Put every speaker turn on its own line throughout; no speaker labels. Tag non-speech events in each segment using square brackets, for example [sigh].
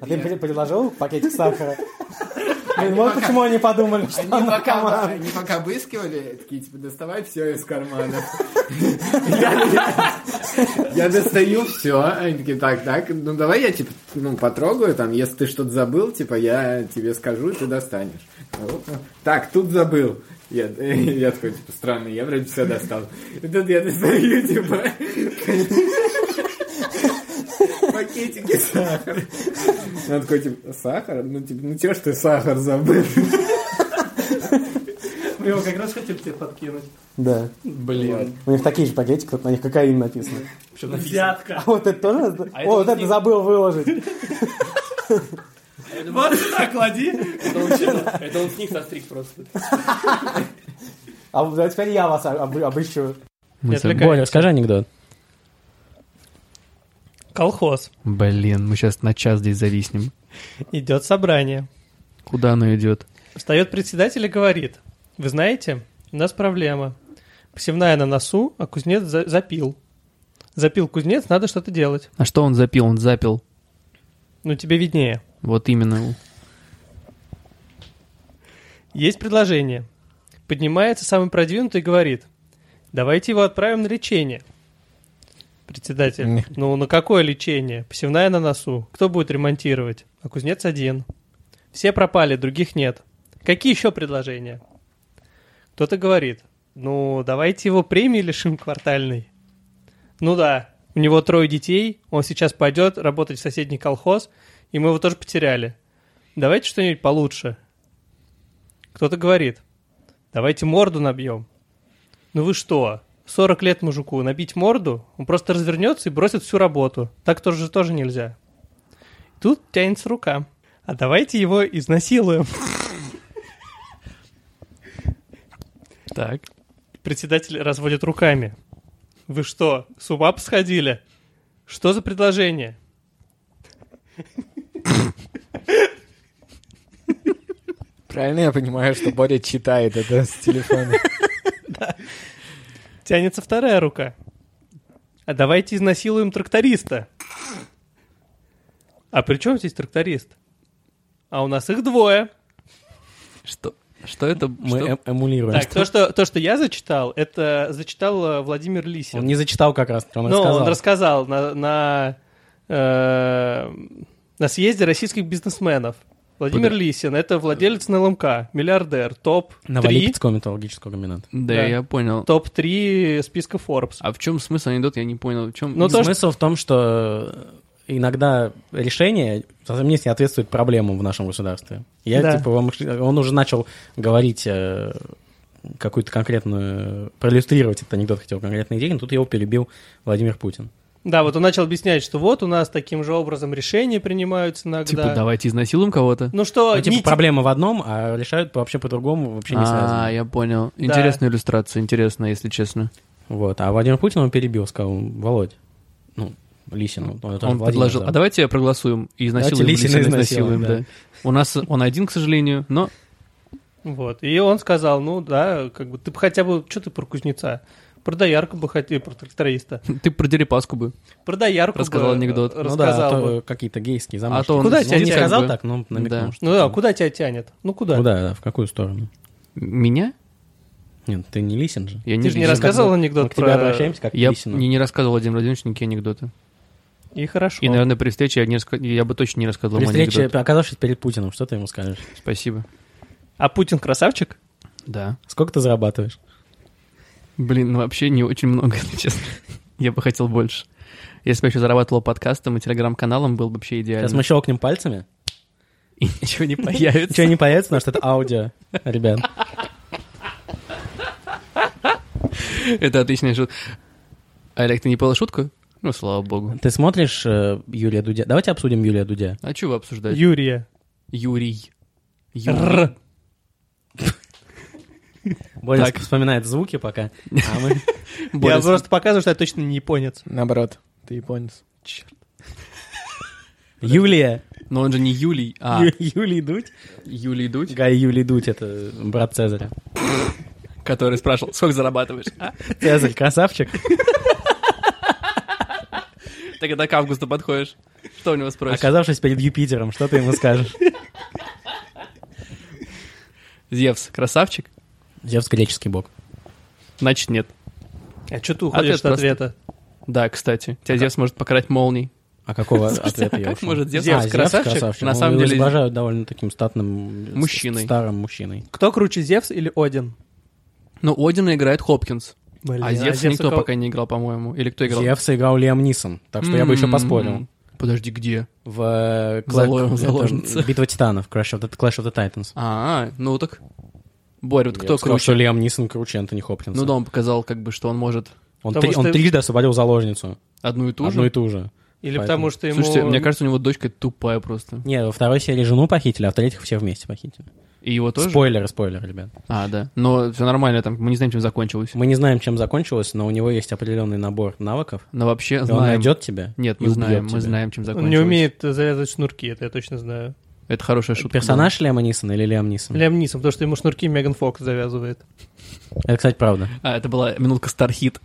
А ты при- предложил пакетик сахара? Блин, вот почему они подумали, что
Они
она
пока,
наркоман.
они пока обыскивали, такие, типа, доставай все из кармана. Я достаю все. Они такие, так, так, ну давай я, типа, ну, потрогаю, там, если ты что-то забыл, типа, я тебе скажу, и ты достанешь. А вот, ну, Так, тут забыл. Я, я такой, типа, странный, я вроде все достал. И тут я достаю, типа, пакетики сахара. Он такой, типа, сахар? Ну, типа, ну, чё ж ты сахар забыл?
Мы его как раз хотели тебе подкинуть.
Да.
Блин.
У них такие же пакетики, тут на них кокаин написано.
Что написано?
Взятка.
А вот это тоже?
А это
О, вот
вот
это
не-
забыл выложить.
Вот сюда клади.
Это он с них- Это он с них состриг просто.
А вот теперь я вас об- обыщу.
Мы
Не
за-
отвлекай. Боня,
скажи
анекдот.
Колхоз.
Блин, мы сейчас на час здесь зависнем.
Идет собрание.
Куда оно идет?
Встает председатель и говорит. Вы знаете, у нас проблема. Посевная на носу, а кузнец за- запил. Запил кузнец, надо что-то делать.
А что он запил? Он запил.
Ну, тебе виднее.
Вот именно.
Есть предложение. Поднимается самый продвинутый и говорит. Давайте его отправим на лечение. Председатель. Ну, на какое лечение? Посевная на носу. Кто будет ремонтировать? А кузнец один. Все пропали, других нет. Какие еще предложения? Кто-то говорит. Ну, давайте его премии лишим квартальной. Ну да, у него трое детей, он сейчас пойдет работать в соседний колхоз, и мы его тоже потеряли. Давайте что-нибудь получше. Кто-то говорит, давайте морду набьем. Ну вы что, 40 лет мужику набить морду, он просто развернется и бросит всю работу. Так тоже, тоже нельзя. Тут тянется рука. А давайте его изнасилуем. [laughs]
Так.
Председатель разводит руками. Вы что, с ума посходили? Что за предложение?
Правильно я понимаю, что Боря читает это с телефона?
Тянется вторая рука. А давайте изнасилуем тракториста. А при чем здесь тракторист? А у нас их двое.
Что?
Что это?
Мы
что?
эм- эмулируем.
Так, то что, то, что я зачитал, это зачитал э, Владимир Лисин.
Он не зачитал как раз, он
Но
рассказал.
Ну, он рассказал на, на, э, на съезде российских бизнесменов. Владимир
Подо-
Лисин, это владелец НЛМК, миллиардер, топ-3
Новолипецкого металлургического комбината.
Да,
да.
я понял.
топ списка Forbes.
А в чем смысл анекдота? Я не понял. В чем?
Ну, то, что-
Смысл в том, что э, иногда решение совсем не соответствует проблемам в нашем государстве. Я,
Да.
типа, вам их- он уже начал говорить э, какую-то конкретную... Проиллюстрировать этот анекдот хотел конкретный день, тут его перебил Владимир Путин.
Да, вот он начал объяснять, что вот у нас таким же образом решения принимаются иногда.
Типа, давайте изнасилуем кого-то.
Ну что,
Ну, типа,
не те-
проблема в одном, а решают вообще по-другому, вообще не
А,
связано.
я понял. Интересная иллюстрация, интересная, если честно.
Вот. А Владимир Путин его перебил, сказал, Володь, ну, Лисин. Он, тоже
Он
Владимир
предложил.
зовут».
А давайте проголосуем и изнасилуем.
Давайте Лисина
Лисина
изнасилуем,
изнасилуем, да. У нас он один, к сожалению, но [laughs]
Вот. И он сказал, ну да, как бы ты бы хотя бы, что ты про кузнеца? Про доярку бы хотел, про тракториста.
ты про дерипаску бы.
Про доярку бы,
Рассказал
э,
анекдот.
э,
Ну да, а
Рассказал
то
бы.
какие-то гейские замашки.
А то он
Куда
Ну,
тебя
не
тянет,
сказал
бы.
так, но намекнул,
Да.
что...
Ну да, куда тебя тянет? Ну куда?
Ну да, да, в какую сторону?
Меня?
Нет, ты не Лисин же.
Я
Ты же не
Лисин.
рассказывал
Мы
анекдот
к
про...
тебе обращаемся как к
э, Я
Лисину.
не, не рассказывал Владимиру Владимировичу никакие анекдоты.
И хорошо.
И, наверное, при встрече я, не раска- я бы точно не рассказывал
При
ему
встрече,
анекдот.
оказавшись перед Путиным, что ты ему скажешь?
Спасибо.
А Путин красавчик?
Да.
Сколько ты зарабатываешь?
Блин, ну вообще не очень много, [laughs] если честно. Я бы хотел больше. Если бы я еще зарабатывал подкастом и телеграм-каналом, был бы вообще идеально.
Сейчас мы щелкнем пальцами.
[laughs] И ничего не появится.
Ничего не появится, потому что это аудио, ребят.
Это отличная шутка. Олег, ты не понял шутку? Ну, слава богу.
Ты смотришь э, Юрия Дудя? Давайте обсудим Юрия Дудя.
А чего обсуждать?
Юрия.
Юрий. Юрий.
Р.
Борис
Так.
вспоминает звуки пока, а мы...
Я
Борис,
просто показываю, что я точно не японец.
Наоборот, ты японец.
Юлия.
Но он же не Юлий, а
Ю- Юлий Дудь.
Юлий Дудь,
Гай Юлий Дудь, это брат Цезаря.
который спрашивал, сколько зарабатываешь? А?
Цезарь, красавчик.
Ты когда к августу подходишь? Что у него спросишь?
Оказавшись перед Юпитером, что ты ему скажешь?
Зевс, красавчик?
Зевс греческий бог.
Значит, нет.
А что ты уходишь
Ответ
от ответа?
Да, кстати. Тебя Зевс может покарать молнией.
А какого
Слушайте,
ответа
а
я
как
ушел?
может Зевс,
А,
красавчик? На
Ну,
самом
его
деле-
изображают довольно таким статным... э, с-
Мужчиной.
Старым мужчиной.
Кто круче, Зевс или Один?
Но Ну, Одина играет Хопкинс.
Блин,
а Зевса никто
кого-
пока не играл, по-моему. Или кто играл?
Э, Зевс играл Лиам Нисон, так что я бы еще
М-м-м.
поспорил.
Подожди, где?
В э,
Зало-
это,
заложница.
Битва Титанов, Clash of the, Clash of the Titans.
А, ну так. Борь, вот
Я
кто
бы сказал,
круче?
что Лиам Нисон круче Энтони Хопкинса.
Ну да, он показал, как бы, что он может
Он,
Потому
три- он
что-
трижды освободил заложницу.
одну и ту
Одну и
же.
ту же.
Или
Поэтому-
потому что ему...
Слушайте, мне кажется, у него дочка тупая просто.
Не, во второй серии жену похитили, а в третьих все вместе похитили.
И его тоже?
Спойлеры, спойлеры, ребят.
А, да. Но все нормально, там мы не знаем, чем закончилось.
Мы не знаем, чем закончилось, но у него есть определенный набор навыков.
Но вообще
И он
знаем.
найдет тебя.
Нет,
и
мы
убьет
знаем, мы
тебя.
знаем, чем
Он
закончилось.
не умеет э, завязывать шнурки, это я точно знаю.
Это хорошая шутка.
Персонаж Лиама Нисона или Лиам Нисон?
Лям Нисон, потому что ему шнурки Меган Фокс завязывает.
Это, кстати, правда.
была. А, это была минутка Стархит.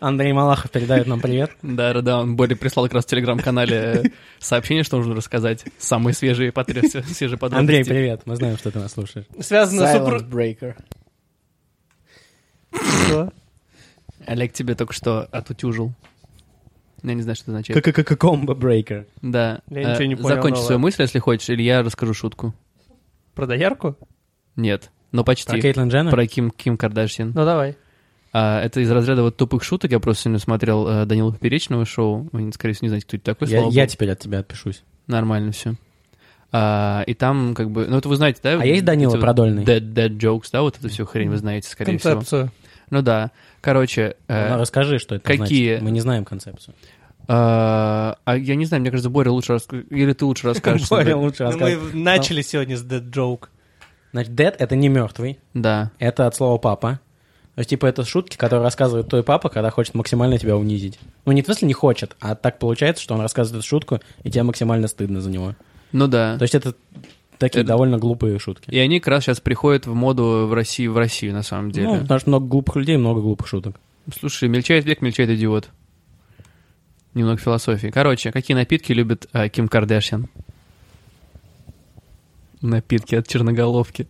Андрей Малахов передает нам привет.
Да, да, да, он Боря прислал как раз в телеграм-канале э, сообщение, что нужно рассказать. Самые свежие потрясы, свежие подробности.
Андрей, привет. Мы знаем, что ты нас слушаешь.
Связано с супруг...
Silent Breaker.
Что?
Олег тебе только что отутюжил. Ну, Я не знаю, что это означает.
Комбо брейкер.
Да. э,
Я ничего не понял,
Закончи
ну
свою
ладно.
мысль, если хочешь, или я расскажу шутку.
Про доярку?
Нет, но
Про
почти.
Кейтлин Дженнер?
Про Ким, Ким Кардашьян.
Ну давай.
А, это из разряда вот тупых шуток. Я просто сегодня смотрел э, Данила Поперечного шоу. Вы, скорее всего, не знаете, кто это такой.
Я
слава
я
богу.
теперь от тебя отпишусь.
Нормально все. и там как бы... Ну, это вы знаете, да?
А есть Данила
эти вот
Продольный?
Dead, dead jokes, да? Вот эту всю хрень вы знаете, скорее всего.
Концепцию.
Ну да. Короче, э,
Ну, Расскажи, что это
какие?
значит. Мы не знаем концепцию.
а, а я не знаю, мне кажется, Боря лучше расскажет. Или ты лучше расскажешь.
Боря лучше
Ну,
расскажет.
мы начали сегодня с Dead Joke.
Значит, dead — это не мертвый,
Да.
это от слова папа. То есть, типа, это шутки, которые рассказывает твой папа, когда хочет максимально тебя унизить. Ну, не в смысле не хочет, а так получается, что он рассказывает эту шутку, и тебе максимально стыдно за него.
Ну да.
То есть, это такие
Это-
довольно глупые шутки.
И они как раз сейчас приходят в моду в России, в Россию, на самом деле.
Ну, потому что много глупых людей, много глупых шуток.
Слушай, мельчает век, мельчает идиот. Немного философии. Короче, какие напитки любит э, Ким Кардашьян? Напитки от
[laughs]
черноголовки.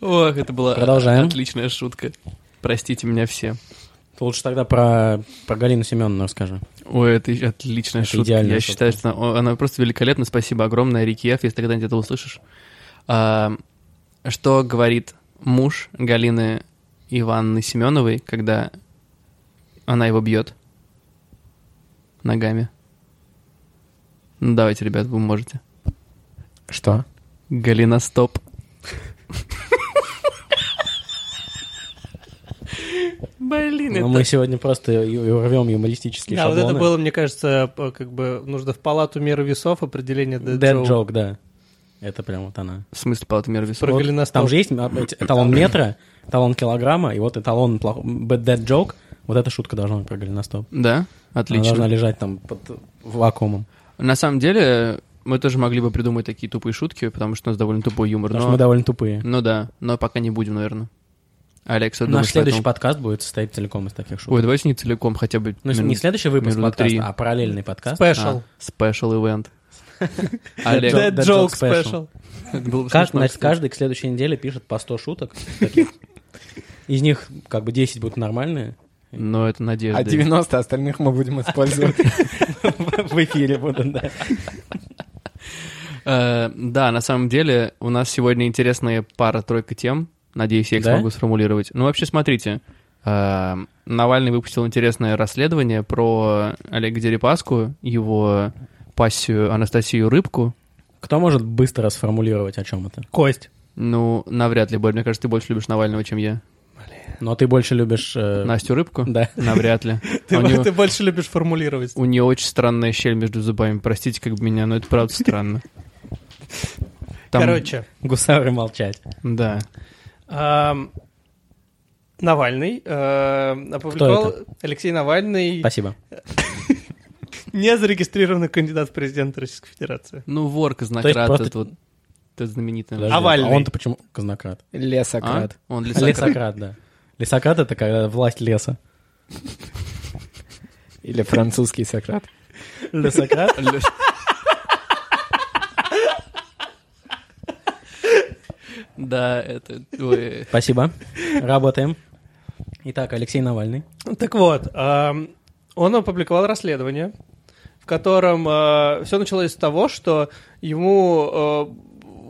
Ох, это была
Продолжаем.
отличная шутка. Простите меня все.
Ты лучше тогда про, про Галину Семеновну расскажи.
Ой, это и- отличная
Это
шутка.
идеальная
Я
шутка.
считаю, что она, она просто великолепна. Спасибо огромное, Рики Ф, если ты когда-нибудь это услышишь. А, что говорит муж Галины Ивановны Семеновой, когда она его бьет ногами? Ну, давайте, ребят, вы можете.
Что?
Галина, стоп. Блин,
Ну, мы сегодня просто и- и урвем юмористические
Да, вот
шаблоны.
это было, мне кажется, п- как бы нужно в палату меры весов определение Dead,
Dead
Joke.
joke, да. Это прям вот она.
В смысле, Палата мира весов?
Про
Вот
голеностоп.
Там же есть м, эти- эталон метра, эталон килограмма, и вот эталон плох- bad dead joke. Вот эта шутка должна быть про голеностоп.
Да?
Она
Отлично.
должна лежать там под вакуумом.
На самом деле, мы тоже могли бы придумать такие тупые шутки, потому что у нас довольно тупой юмор.
Потому
но-
что мы довольно тупые.
Ну да, но пока не будем, наверное. Алекс, что
Наш
думаешь по этому?
следующий подкаст будет состоять целиком из таких
Ой,
шуток.
давайте не целиком хотя бы...
Ну, если не
минут-
следующий выпуск
минуты три.
подкаста, а параллельный подкаст.
Special.
А, special
[laughs]
event. Алекс,
Да.
А. Dead,
Dead
Joke
Joke Special.
Special.
это было бы
Кажд-
смешно,
значит,
кстати.
каждый к следующей неделе пишет по 100 шуток. таких. Из них как бы 10 будут нормальные.
Но Ну, это надежда.
А 90 остальных мы будем использовать.
А? В эфире будут, да.
Э, Да, на самом деле, у нас сегодня интересная пара-тройка тем. Надеюсь, я их
Да?
смогу сформулировать. Ну, вообще, смотрите. э, Навальный выпустил интересное расследование про Олега Дерипаску, его пассию Анастасию Рыбку.
Кто может быстро сформулировать, о чем это?
Кость.
Ну, навряд ли, Борь. Мне кажется, ты больше любишь Навального, чем я.
Но ты больше любишь... э,
Настю Рыбку?
Да.
Навряд [laughs] ли.
Ты,
А у, нее,
ты больше любишь формулировать.
у нее очень странная щель между зубами. Простите, как бы меня, но это правда странно. Там-
Короче,
Гусары молчать.
Да.
ам, Навальный эм, опубликовал... Алексей Навальный
Спасибо.
не зарегистрированный кандидат в президенты Российской Федерации.
Ну, вор
То есть
Казнократ,
просто-
это вот это знаменитое.
Подожди,
Овальный.
А он-то почему казнократ?
А?
Лесократ.
Он
Лесократ, да. Лесократ — это когда власть леса.
Или французский Сократ.
Ле Сократ?
Да, это... ой. [laughs]
Спасибо. Работаем. Итак, Алексей Навальный.
Так вот, ам, он опубликовал расследование, в котором все началось с того, что ему э,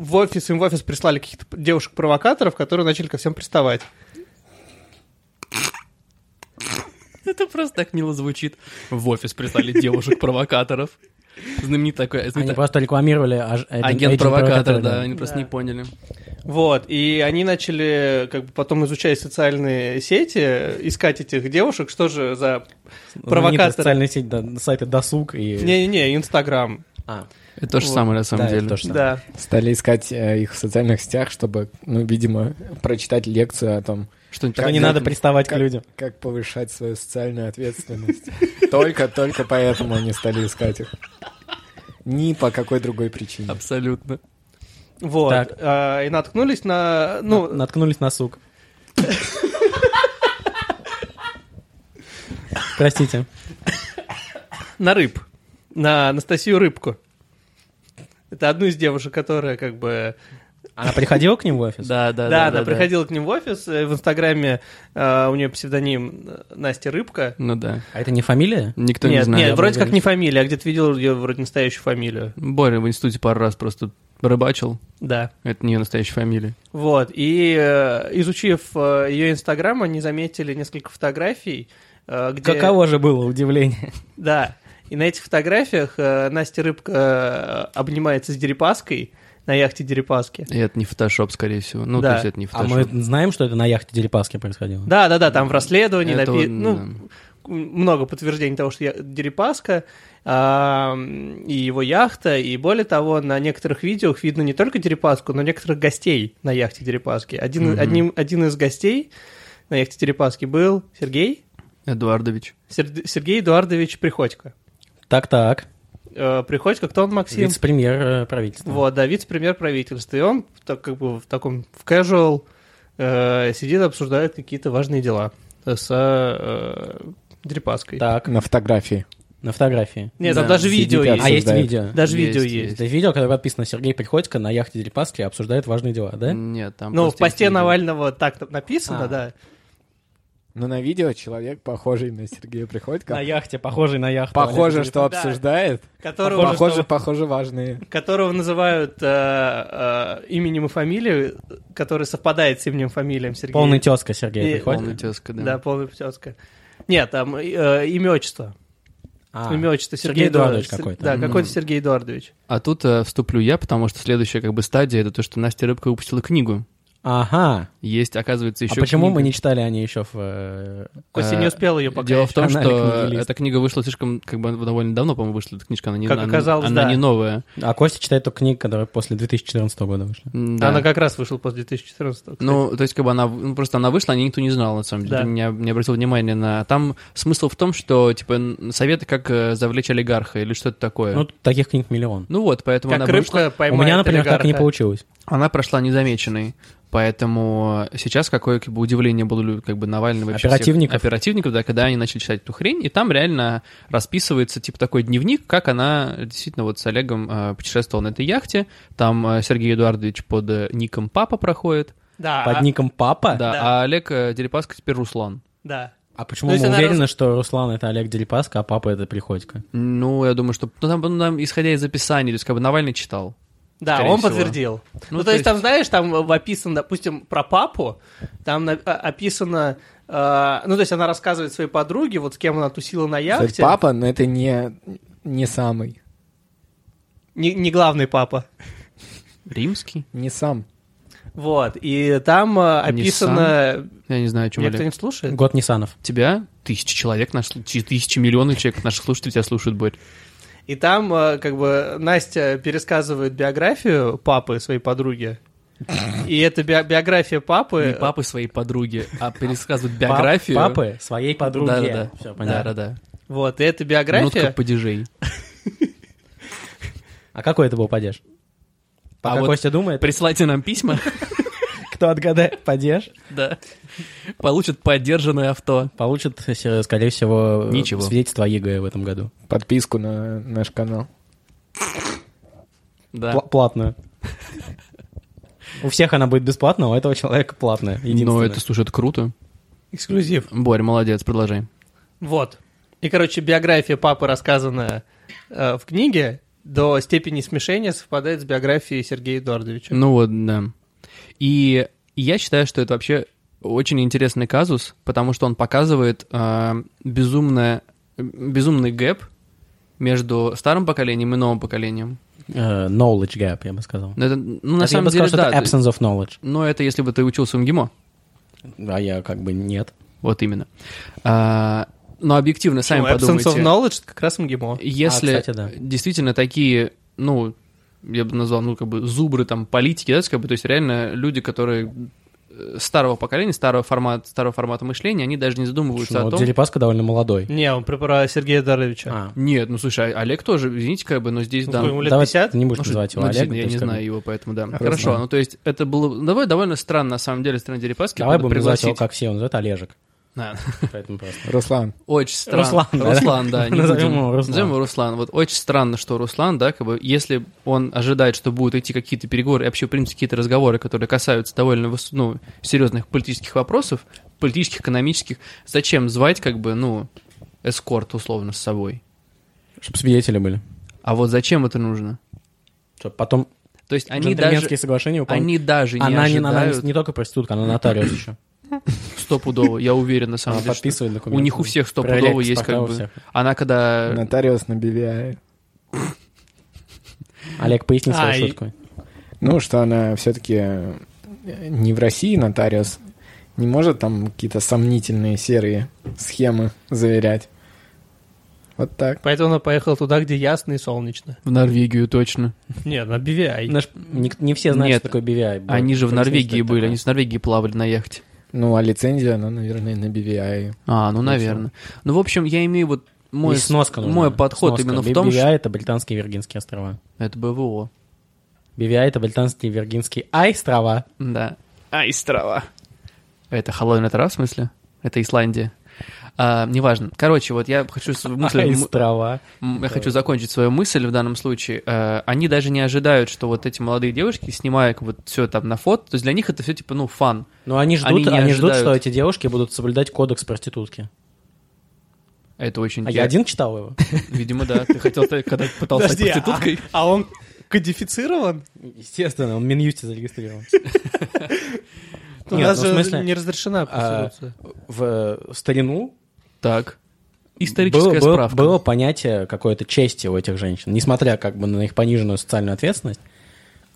в офис, им в офис прислали каких-то девушек-провокаторов, которые начали ко всем приставать.
Это просто так мило звучит. В офис прислали девушек-провокаторов. Знаменитый такой...
Они
знаменитый
просто рекламировали аж- эйден-
Агент-провокатор,
эйден-провокатор,
да, они просто не поняли.
Вот, и они начали, как бы потом изучать социальные сети, искать этих девушек, что же за...
Знаменитая
Провокаторы.
социальная сеть да, на сайте Досуг и...
Не-не-не, Инстаграм.
А,
Это то же самое, на самом
да, это
деле.
то же самое.
Да.
Стали искать э, их в социальных сетях, чтобы, ну, видимо, прочитать лекцию о том,
Что-нибудь
Что
такое.
не надо приставать к
как,
людям.
как повышать свою социальную ответственность. Только-только поэтому они стали искать их. Ни по какой другой причине.
Абсолютно.
Вот.
Так.
а, и наткнулись на... Ну,
Наткнулись на сук. Простите.
на рыб. На Анастасию Рыбку. Это одну из девушек, которая как бы...
Она приходила к ним в офис?
Да, да,
Да,
да.
да, приходила к ним в офис. э, В Инстаграме э, у нее псевдоним э, Настя Рыбка.
Ну да.
А это не фамилия?
Никто не
нет,
знает.
нет, вроде как не фамилия, а где-то видел ее вроде настоящую фамилию.
Боря в институте пару раз просто рыбачил.
Да.
Это не ее настоящая фамилия.
Вот. И э, изучив ее Инстаграм, они заметили несколько фотографий, э, где...
Каково же было удивление?
Да. И на этих фотографиях э, Настя Рыбка э, обнимается с Дерипаской на яхте Дерипаски.
И это не фотошоп, скорее всего. Ну,
Да.
то есть это не
А
фотошоп.
мы знаем, что это на яхте Дерипаски происходило?
Да, да, да, там в расследовании
Это
напи-
он,
ну, много подтверждений того, что я... Дерипаска а, м, и его яхта, и более того, на некоторых видео видно не только Дерипаску, но некоторых гостей на яхте Дерипаски. Один,
Мгм.
одним, один из гостей на яхте Дерипаски был Сергей,
Эдуардович.
Сер- Сергей Эдуардович Приходько.
Так-так.
Э, Приходько, кто он, Максим?
Вице-премьер э, правительства.
Вот, да, вице-премьер правительства. И он так, как бы в таком в casual э, сидит, обсуждает какие-то важные дела с э, Дерипаской.
Так,
На фотографии.
на фотографии.
Нет, там
Да,
даже
сидит
видео
и
есть.
А есть
Обсуждает.
видео?
Даже
Есть,
видео
есть.
есть.
Это видео, когда подписано Сергей Приходько на яхте Дерипаски обсуждает важные дела, да?
Нет, там
Ну, в
просто есть
посте
видео.
Навального так там написано,
А.
да.
Но Ну, на видео человек, похожий на Сергея
На
Приходько,
яхте, похожий на яхту.
похоже,
Валерия
что
Да.
обсуждает.
Которого,
Похоже, похоже, важные.
которого называют э, э, именем и фамилией, который совпадает с именем и фамилием
Дерипаски.
Сергея.
Полный тезка Сергея
И-
Приходько.
Полный тезка, да.
Да, полный тезка. Нет, там э, имя отчество.
А,
Имя отчество
Сергей
Сергей
Эдуардович
Эдуардович. Сер-
какой-то.
Да,
Мгм.
какой-то Сергей Эдуардович.
А тут э, вступлю я, потому что следующая как бы стадия это то, что Настя Рыбка выпустила книгу.
А. Ага.
Есть, оказывается, еще
а почему
книга.
мы не читали о ней еще в... э,
Костя
Э,
не успел ее пока.
Дело в том,
Она
что
книги лист.
эта книга вышла слишком, как бы довольно давно, по-моему, вышла эта книжка, она не,
Как
она-
оказалось,
она
да.
не новая.
А Костя читает только книги, которые после 2014 года вышли.
Да.
Она как раз вышла после 2014 кстати.
Ну, то есть, как бы она, ну, просто она вышла, а никто не знал, на самом деле,
Да.
не, не обратил внимания на... Там смысл в том, что, типа, н- советы, как э, завлечь олигарха или что-то такое.
Ну,
Ну,
таких книг миллион.
вот, поэтому
как
она вышла,
рыбка
У
поймает
меня, например, так и не
олигарха.
получилось.
она прошла незамеченной. Поэтому сейчас какое как бы, удивление было лю- как бы Навального и вообще всех
Оперативников.
оперативников, да, когда они начали читать эту хрень, и там реально расписывается типа такой дневник, как она действительно вот с Олегом э, путешествовала на этой яхте. Там э, Сергей Эдуардович под э, ником Папа проходит,
Да,
Под
а-
ником Папа?
да,
да.
а Олег э, Дерипаска теперь Руслан.
Да.
А почему
Ну,
мы
если она
уверены, что Руслан это Олег Дерипаска, а папа это Приходько?
Ну, я думаю, что ну, там, ну, там, исходя из описания, то есть как бы Навальный читал.
Да,
Скорее
он
всего.
подтвердил. Ну, то есть, там, знаешь, там э, описано, допустим, про папу, там на- э, описано, э, ну, то есть она рассказывает своей подруге, вот с кем она тусила на яхте.
Папа, но это не, не самый.
Не, не главный папа.
Римский?
Не сам.
Вот, и там э,
Не
описано...
Я не знаю, о чем
Меня
Олег.
кто не слушает?
Год Ниссанов.
Тебя тысячи человек, наш... тысячи миллионов человек наших слушателей тебя слушают, Борь.
И там, э, как бы, Настя пересказывает биографию папы своей подруги. И эта био- биография папы...
не папы своей подруги, а пересказывают
Э, Пап-
биографию.
Папы своей подруги.
Да-да-да.
Все, понятно.
Да-да-да.
Вот, и эта
Минутка
биография...
падежей.
А какой это был падеж? Пока
вот А
Костя думает, [laughs]
Присылайте нам письма.
к Кто отгадает падеж,
Да. Получит подержанное авто.
получит, се- скорее всего, э,
Ничего.
свидетельство о ЕГЭ в этом году.
Подписку на наш канал.
Да.
Пла- Платную. У всех она будет бесплатная, а у этого человека платная.
Но
единственная.
Ну, это, слушай, это круто.
Эксклюзив.
Борь, молодец, продолжай.
Вот. И, короче, биография папы, рассказанная э, в книге, до степени смешения совпадает с биографией Сергея Эдуардовича.
Ну вот, да. И я считаю, что это вообще очень интересный казус, потому что он показывает а, безумное, безумный гэп между старым поколением и новым поколением.
Э, Knowledge gap, я бы сказал.
Но это, ну, на
Это я
самом
бы
деле,
сказал, что
да.
это absence of knowledge.
Но это если бы ты учился в МГИМО.
А я как бы нет.
Вот именно. А, но объективно, сами
Ну, absence
подумайте.
of knowledge — это как раз МГИМО.
Если
А, кстати, да.
действительно такие, ну, я бы назвал, ну, как бы зубры там политики, да, как бы, то есть реально люди, которые э, старого поколения, старого формата, старого формата мышления, они даже не задумываются
Ну,
о том...
Дерипаска довольно молодой.
Не, он про, про Сергея Эдуардовича.
А,
Нет, ну слушай, а- Олег тоже, извините, как бы, но здесь
Ну,
да.
ему лет
давай
50?
ты не будешь
Ну,
называть его
ну,
Олег.
действительно,
то
я
есть
не
как бы-
знаю его, поэтому да.
Хорошо.
Хорошо, ну то есть это было давай довольно странно, на самом деле, страна Дерипаски.
Давай
надо
будем называть его,
пригласить.
как все его называют, Олежек.
Да.
Типа Поэтому [laughs] просто.
Руслан,
Очень странно.
Руслан, да?
Руслан, да. не
Назовем
будем.
его Руслан.
Назовем его Руслан. Вот очень странно, что Руслан, да, как бы, если он ожидает, что будут идти какие-то переговоры, и вообще, в принципе, какие-то разговоры, которые касаются довольно выс- ну, серьезных политических вопросов, политических, экономических, зачем звать, как бы, ну, эскорт, условно, с собой?
Чтобы свидетели были.
А вот зачем это нужно?
Чтобы потом
То есть они даже,
джентльменские соглашения выполнять.
они даже не
Она не, она
ожидают
не только проститутка, она нотариус еще.
стопудово, я уверен, на самом
Она
деле. что
подписывает документы.
У них у всех стопудово
Проверяет
есть
паспорта
как
у
бы...
всех.
Она когда...
нотариус на BVI.
Олег, поясни
А,
свою
и-
шутку.
Ну, что она все-таки не в России нотариус, не может там какие-то сомнительные серые схемы заверять. Вот так.
Поэтому он поехал туда, где ясно и
[laughs]
солнечно.
В Норвегию точно.
Нет, на BVI.
Наш- не, не все знают,
Нет,
что такое BVI. Борь,
Они же в
поясни, что
Норвегии
это
были,
такое.
они с Норвегии плавали на яхте.
Ну, а лицензия, она, наверное, на BVI.
А, ну, наверное. Ну, в общем, я имею вот мой,
И сноска нужна.
мой подход
Сноска.
именно в том,
BVI
что...
это британские Виргинские острова.
Это БВО.
BVI это британские Виргинские острова.
Да. А, острова. Это холодная трава, в смысле? Это Исландия. А, неважно. Короче, вот я хочу
[laughs]
с- мысль- м-
Острова.
м- я хочу закончить свою мысль в данном случае. Э, они даже не ожидают, что вот эти молодые девушки, снимая как вот все там на фото, то есть для них это все типа, ну, фан.
Но они
Они
ждут,
не
они, ждут,
ожидают.
что эти девушки будут соблюдать кодекс проститутки.
Это очень
А я один читал его.
Видимо, да. Ты хотел, ты когда
[laughs]
пытался стать
Подожди, а-
проституткой.
А он кодифицирован?
Естественно, он в
[laughs]
Минюсте зарегистрирован.
У
Нет,
нас
ну, в
же
смысле,
не разрешена проституция.
В э, старину
Так. Историческая
было, было-
справка.
было понятие какой-то чести у этих женщин. Несмотря как бы на их пониженную социальную ответственность,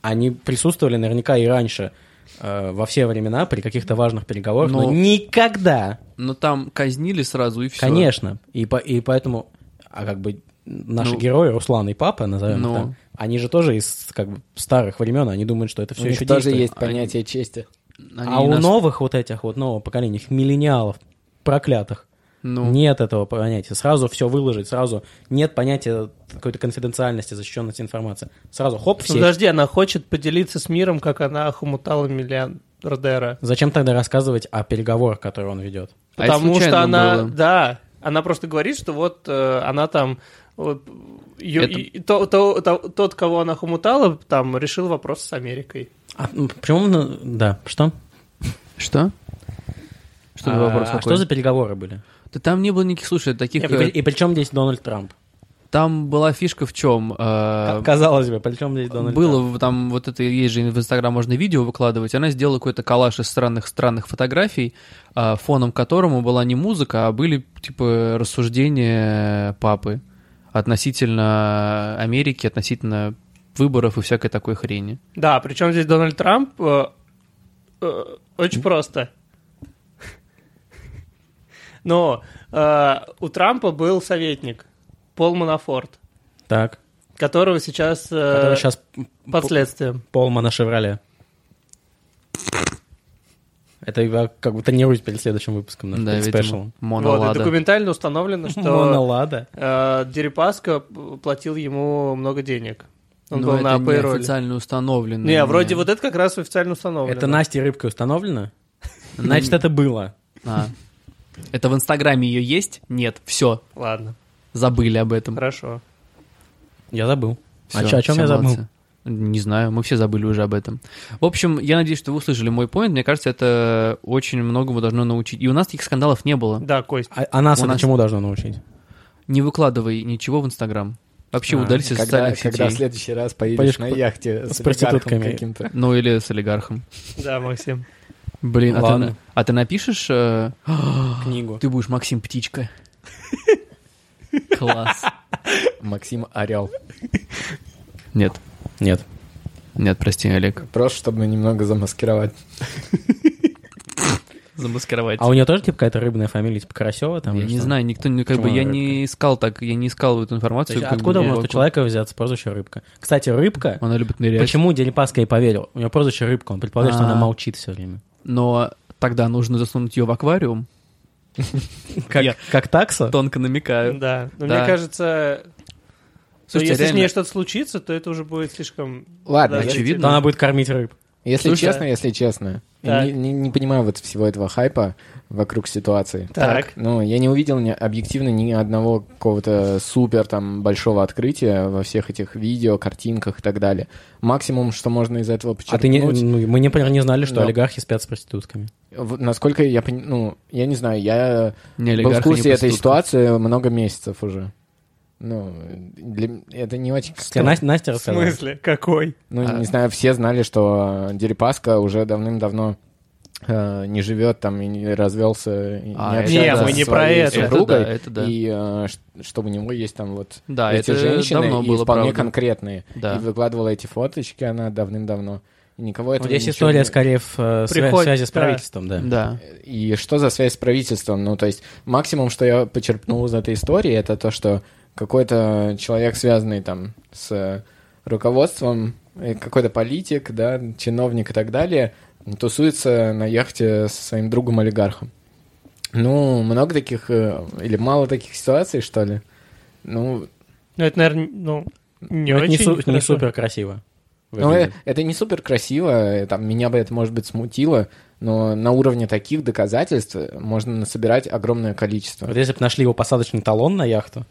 они присутствовали наверняка и раньше э, во все времена при каких-то важных переговорах, но,
Но-
никогда,
Но там казнили сразу и все.
конечно. И, по- и поэтому, а как бы наши
Ну.
герои, Руслан и папа, назовем
Ну.
их так, они же тоже из как бы старых времен, они думают, что это все
У них
еще
тоже
действует.
есть понятие чести.
А у новых вот этих вот нового поколения, их миллениалов, проклятых,
Ну.
Нет этого понятия. Сразу все выложить, сразу нет понятия какой-то конфиденциальности, защищенности информации. Сразу хоп,
Ну,
все.
Подожди, она хочет поделиться с миром, как она хомутала миллиардера.
Зачем тогда рассказывать о переговорах, которые он ведет?
А это
Потому что
случайно
она,
было?
да, она просто говорит, что вот э, она там, вот, её-
Это-
и- то- то- то- тот, кого она хомутала, там решил вопрос с Америкой.
А, м, почему? ну, Да, что?
Что? Что за
А,
вопрос
а
какой?
что за переговоры были?
Да там не было никаких, слушай, таких...
И,
э,
при, и при чем здесь Дональд Трамп?
Там была фишка в чем? А,
К- Казалось бы, при чем здесь Дональд
Было
Трамп?
в- там вот это есть же в Инстаграм можно видео выкладывать. Она сделала какой-то коллаж из странных странных фотографий, а, фоном которому была не музыка, а были типа рассуждения папы относительно Америки, относительно выборов и всякой такой хрени.
Да, причем здесь Дональд Трамп э, э, очень просто. Но э, у Трампа был советник Пол Манафорт,
Так.
которого сейчас э,
Который сейчас
под следствием.
полма на Шевроле. Это я как бы тренируюсь перед следующим выпуском нашим
Да,
перед
видимо,
спешлом.
Вот, и
монолада.
документально установлено, что
Монолада.
э, Дерипаска платил ему много денег. Он
Но
был
Ну,
на
это не
пейроле.
официально установлено.
Не, а вроде вот это как раз официально установлено.
Это Настя Рыбкой установлено? Значит, это было.
А. Это в Инстаграме ее есть? Нет, все,
Ладно,
забыли об этом.
хорошо.
Я забыл. А
Всё,
чё- о чем
все
я забыл?
молодцы. Не знаю, мы все забыли уже об этом. В общем, я надеюсь, что вы услышали мой поинт. Мне кажется, это очень многому должно научить. И у нас таких скандалов не было.
Да, Кость.
А, а нас
У
это
нас-
чему должно научить?
Не выкладывай ничего в Инстаграм. Вообще
А,
удались из
Когда,
социальных
когда в
сетей.
следующий раз поедешь
Поедешь
на
по-
яхте
с
с, олигархом
проститутками.
каким-то.
Ну или с олигархом.
Да, Максим.
Блин, а ты,
Ладно.
на- а ты напишешь... э,
Книгу.
Ты будешь
[laughs]
Максим Птичка. Класс.
Максим Орел.
Нет,
Нет.
нет, прости, Олег.
Просто чтобы немного замаскировать.
Замаскировать.
А у нее тоже типа какая-то рыбная фамилия, типа Карасева там?
Я
или
не
что?
знаю, никто, ну, как бы,
Почему
я
она
не искал так, я не искал эту
То
информацию.
есть
как бы,
откуда у
мне
нас у
вокруг.
человека взяться прозвище Рыбка? Кстати, Рыбка...
Она любит нырять.
Почему Дерипаска ей поверил? У нее прозвище Рыбка, он предполагает, что
А.
она молчит все время.
Но тогда нужно засунуть ее в аквариум. Я
Как такса?
тонко намекаю.
Ну,
Да. Но
Э, Да.
мне кажется, что
Слушайте,
если с ней
реально.
что-то случится, то это уже будет слишком...
Ладно,
даже
очевидно.
То она будет кормить рыб.
Если
Слушай,
честно, если честно, я
Так.
не, не- не понимаю вот всего этого хайпа вокруг ситуации.
Так.
Ну, я не увидел ни, объективно ни одного какого-то супер там большого открытия во всех этих видео, картинках и так далее. Максимум, что можно из этого
А
почерпнуть.
ты не, ну, мы, например, не знали, что
Да.
олигархи спят с проститутками.
в- Насколько я понимаю, ну, я не знаю, я
Не
был
олигарх,
в
не
курсе этой
проститутка.
ситуации много месяцев уже. Ну, для- это не очень...
Тебе Настя, Настя
В
рассказала?
смысле? Какой?
Ну,
А-
не знаю, все знали, что э, Дерипаска уже давным-давно э, не живет там и не развелся, и
А,
не
это
общается
да. Не, мы не
со
про
своей
это.
Это
супругой,
да, это да.
И э, ш- что у него есть там вот
Да,
эти
это
женщины,
давно
и
было,
вполне
правда.
конкретные.
Да.
И выкладывала эти фоточки она давным-давно. И никого
Вот
этого
Ну, здесь
ничего
история
не-
скорее в э, свя-
Приходит,
связи с
да.
правительством, да.
Да.
И что за связь с правительством? Ну, то есть максимум, что я почерпнул из этой истории, это то, что какой-то человек, связанный там с э, руководством, э, какой-то политик, да, чиновник и так далее, тусуется на яхте со своим другом-олигархом. Ну, много таких, э, или мало таких ситуаций, что ли? Ну,
Ну, это, наверное, ну, не
Но это не,
очень
су- не
хорошо.
супер красиво.
ну, э,
выглядит.
это не супер красиво, э, там, меня бы это, может быть, смутило, но на уровне таких доказательств можно собирать огромное количество.
Вот если бы нашли его посадочный талон на яхту,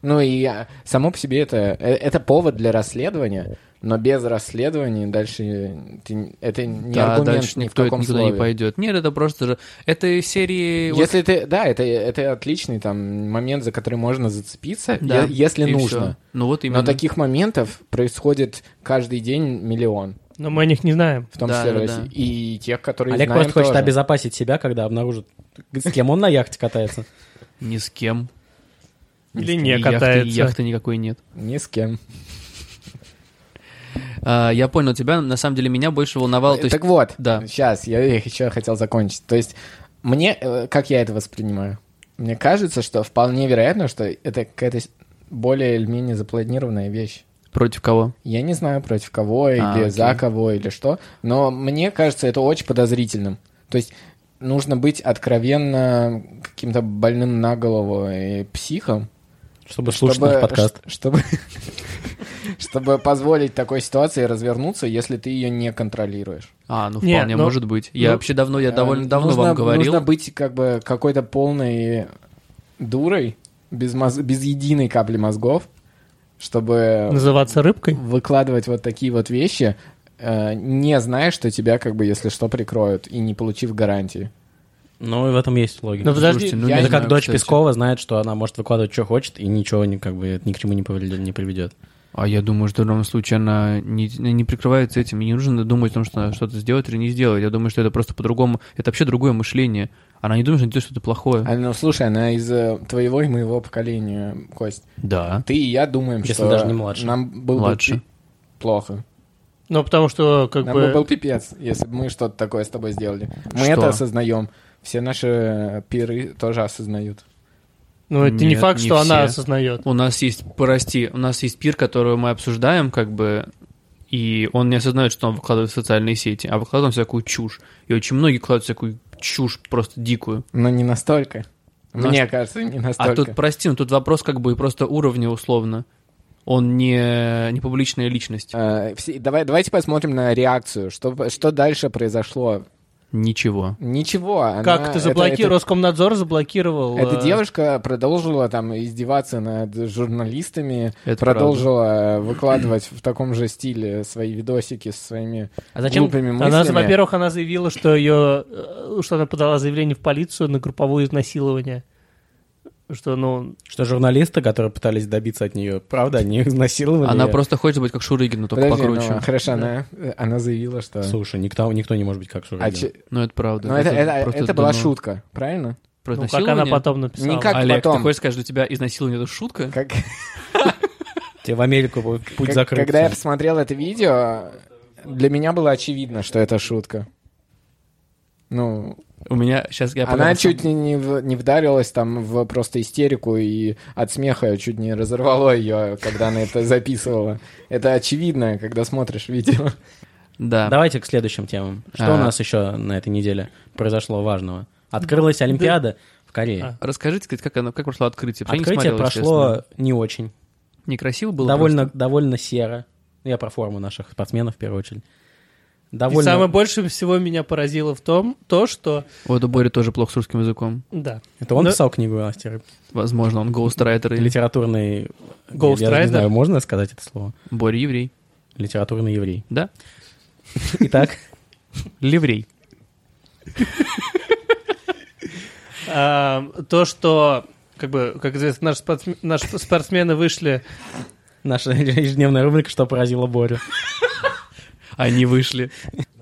Ну и а, само по себе это, э, это повод для расследования, но без расследования дальше э, ты- это не
Да,
аргумент
дальше
ни в
никто
каком
никуда
слове.
не пойдет. Нет, это просто же... Это из серии... вот-
Если ты, да, это, это отличный там момент, за который можно зацепиться,
Да,
е- если
и всё.
нужно.
Ну вот именно.
Но таких моментов происходит каждый день миллион,
Но мы о них не знаем.
в том
Да,
числе в
да,
России.
да.
И тех, которые
Олег
знаем
просто хочет
тоже.
обезопасить себя, когда обнаружит, с кем он на яхте катается.
Ни с кем.
Или
Ни
не
с кем. И яхты-
катается.
и Яхты никакой нет.
Ни с кем.
А, Я понял тебя. На самом деле меня больше волновало... Ну, то есть-
так вот,
да.
сейчас, я еще хотел закончить. То есть, мне, э, как я это воспринимаю? Мне кажется, что вполне вероятно, что это какая-то с- более или менее запланированная вещь.
Против кого?
Я не знаю, против кого или
А, окей.
за кого или что, но мне кажется, это очень подозрительным. То есть, нужно быть откровенно каким-то больным на голову и психом,
Чтобы слушать наш подкаст.
ш- Чтобы, [laughs] чтобы позволить такой ситуации развернуться, если ты ее не контролируешь.
А, ну
Не,
вполне
ну-
может быть. Я
ну-
вообще давно, я
Э,
довольно давно
нужно-
вам говорил.
Нужно быть как бы какой-то полной дурой, без, моз- без единой капли мозгов, чтобы
Называться рыбкой?
выкладывать вот такие вот вещи, э, не зная, что тебя как бы, если что, прикроют, и не получив гарантии.
Ну, и в этом есть логика.
Ну, подожди,
Слушайте, ну,
я
не
это
знаю,
как дочь
кстати.
Пескова знает, что она может выкладывать, что хочет, и ничего не, как бы, это ни к чему не поведет- не приведет.
А я думаю, что в данном случае она не, не прикрывается этим. И не нужно думать о том, что она что-то сделает или не сделает. Я думаю, что это просто по-другому. Это вообще другое мышление. Она не думает, что она делает что-то плохое.
А, ну, слушай, она из э, твоего и моего поколения, Кость.
Да.
Ты и я думаем,
Если
что
даже не младше.
нам было бы
Младше.
пи- плохо.
Ну, потому что, как
Нам
бы...
бы был пипец, если бы мы что-то такое с тобой сделали. Мы
Что?
это осознаем. Все наши э, пиры тоже осознают.
Ну, это не
Нет,
факт,
не
что она
все.
осознает.
У нас есть, прости, у нас есть пир, которого мы обсуждаем, как бы, и он не осознает, что он выкладывает в социальные сети, а выкладывает он всякую чушь. И очень многие кладут всякую чушь просто дикую.
Но не настолько.
Ну, а
Мне
что-
кажется, не
А
настолько.
тут, прости, но тут вопрос как бы и просто уровня условно. Он не, не публичная личность.
Э, все- Давай, давайте посмотрим на реакцию. Что, что дальше произошло?
Ничего.
Ничего. она-
Как ты
это-
заблокировал,
это-
Роскомнадзор заблокировал.
Эта
э,
девушка продолжила там издеваться над журналистами,
Это
продолжила э, выкладывать в таком же стиле свои видосики со своими
А зачем?
глупыми мыслями.
Она, во-первых, она заявила, что ее, э, что она подала заявление в полицию на групповое изнасилование. Что, ну,
Что журналисты, которые пытались добиться от нее, правда, не [laughs] изнасиловали.
Она
её?
просто хочет быть как Шурыгин, но только
Подожди, ну,
покруче.
хорошо, она, э, она заявила, что...
Слушай, никто, никто не может быть как Шурыгин.
А че-
Ну, это правда.
ну, это, это-
просто
это была
дно.
шутка, правильно?
Про
ну, как она
изнасилование?
потом написала.
Не как
Олег,
потом.
ты хочешь сказать, что у тебя изнасилование это шутка?
Как,
Тебе в Америку будет путь
как-
закрыт.
когда я посмотрел это видео, для меня было очевидно, что это шутка. Ну,
У меня сейчас я
она
подумал,
чуть не, не, в- не вдарилась там в просто истерику и от смеха чуть не разорвало ее, когда она это записывала. Это очевидно, когда смотришь видео.
Да.
Давайте к следующим темам. Что
А.
у нас еще на этой неделе произошло важного? Открылась Олимпиада в Корее.
А.
Расскажите, кстати, как оно, как прошло открытие? Потому что я не
Открытие
смотрел, если
прошло
честно.
не очень.
некрасиво было.
довольно,
просто?
довольно серо. Ну, Я про форму наших спортсменов в первую очередь.
И
Довольно...
А самое больше всего меня поразило в том, то, что...
Вот у Бори тоже плохо с русским языком.
Да.
Это он
Но-
писал книгу о стере-
Возможно, он гоустрайтер или
литературный... Я даже не
Гоустрайтер?
знаю, можно сказать это слово?
Боря еврей.
Литературный еврей.
Да?
Итак, [laughs]
Леврей.
А, то, что, как бы, как известно, наши, спортсме- наши спортсмены вышли...
наша ежедневная рубрика «Что поразило Борю».
Они вышли.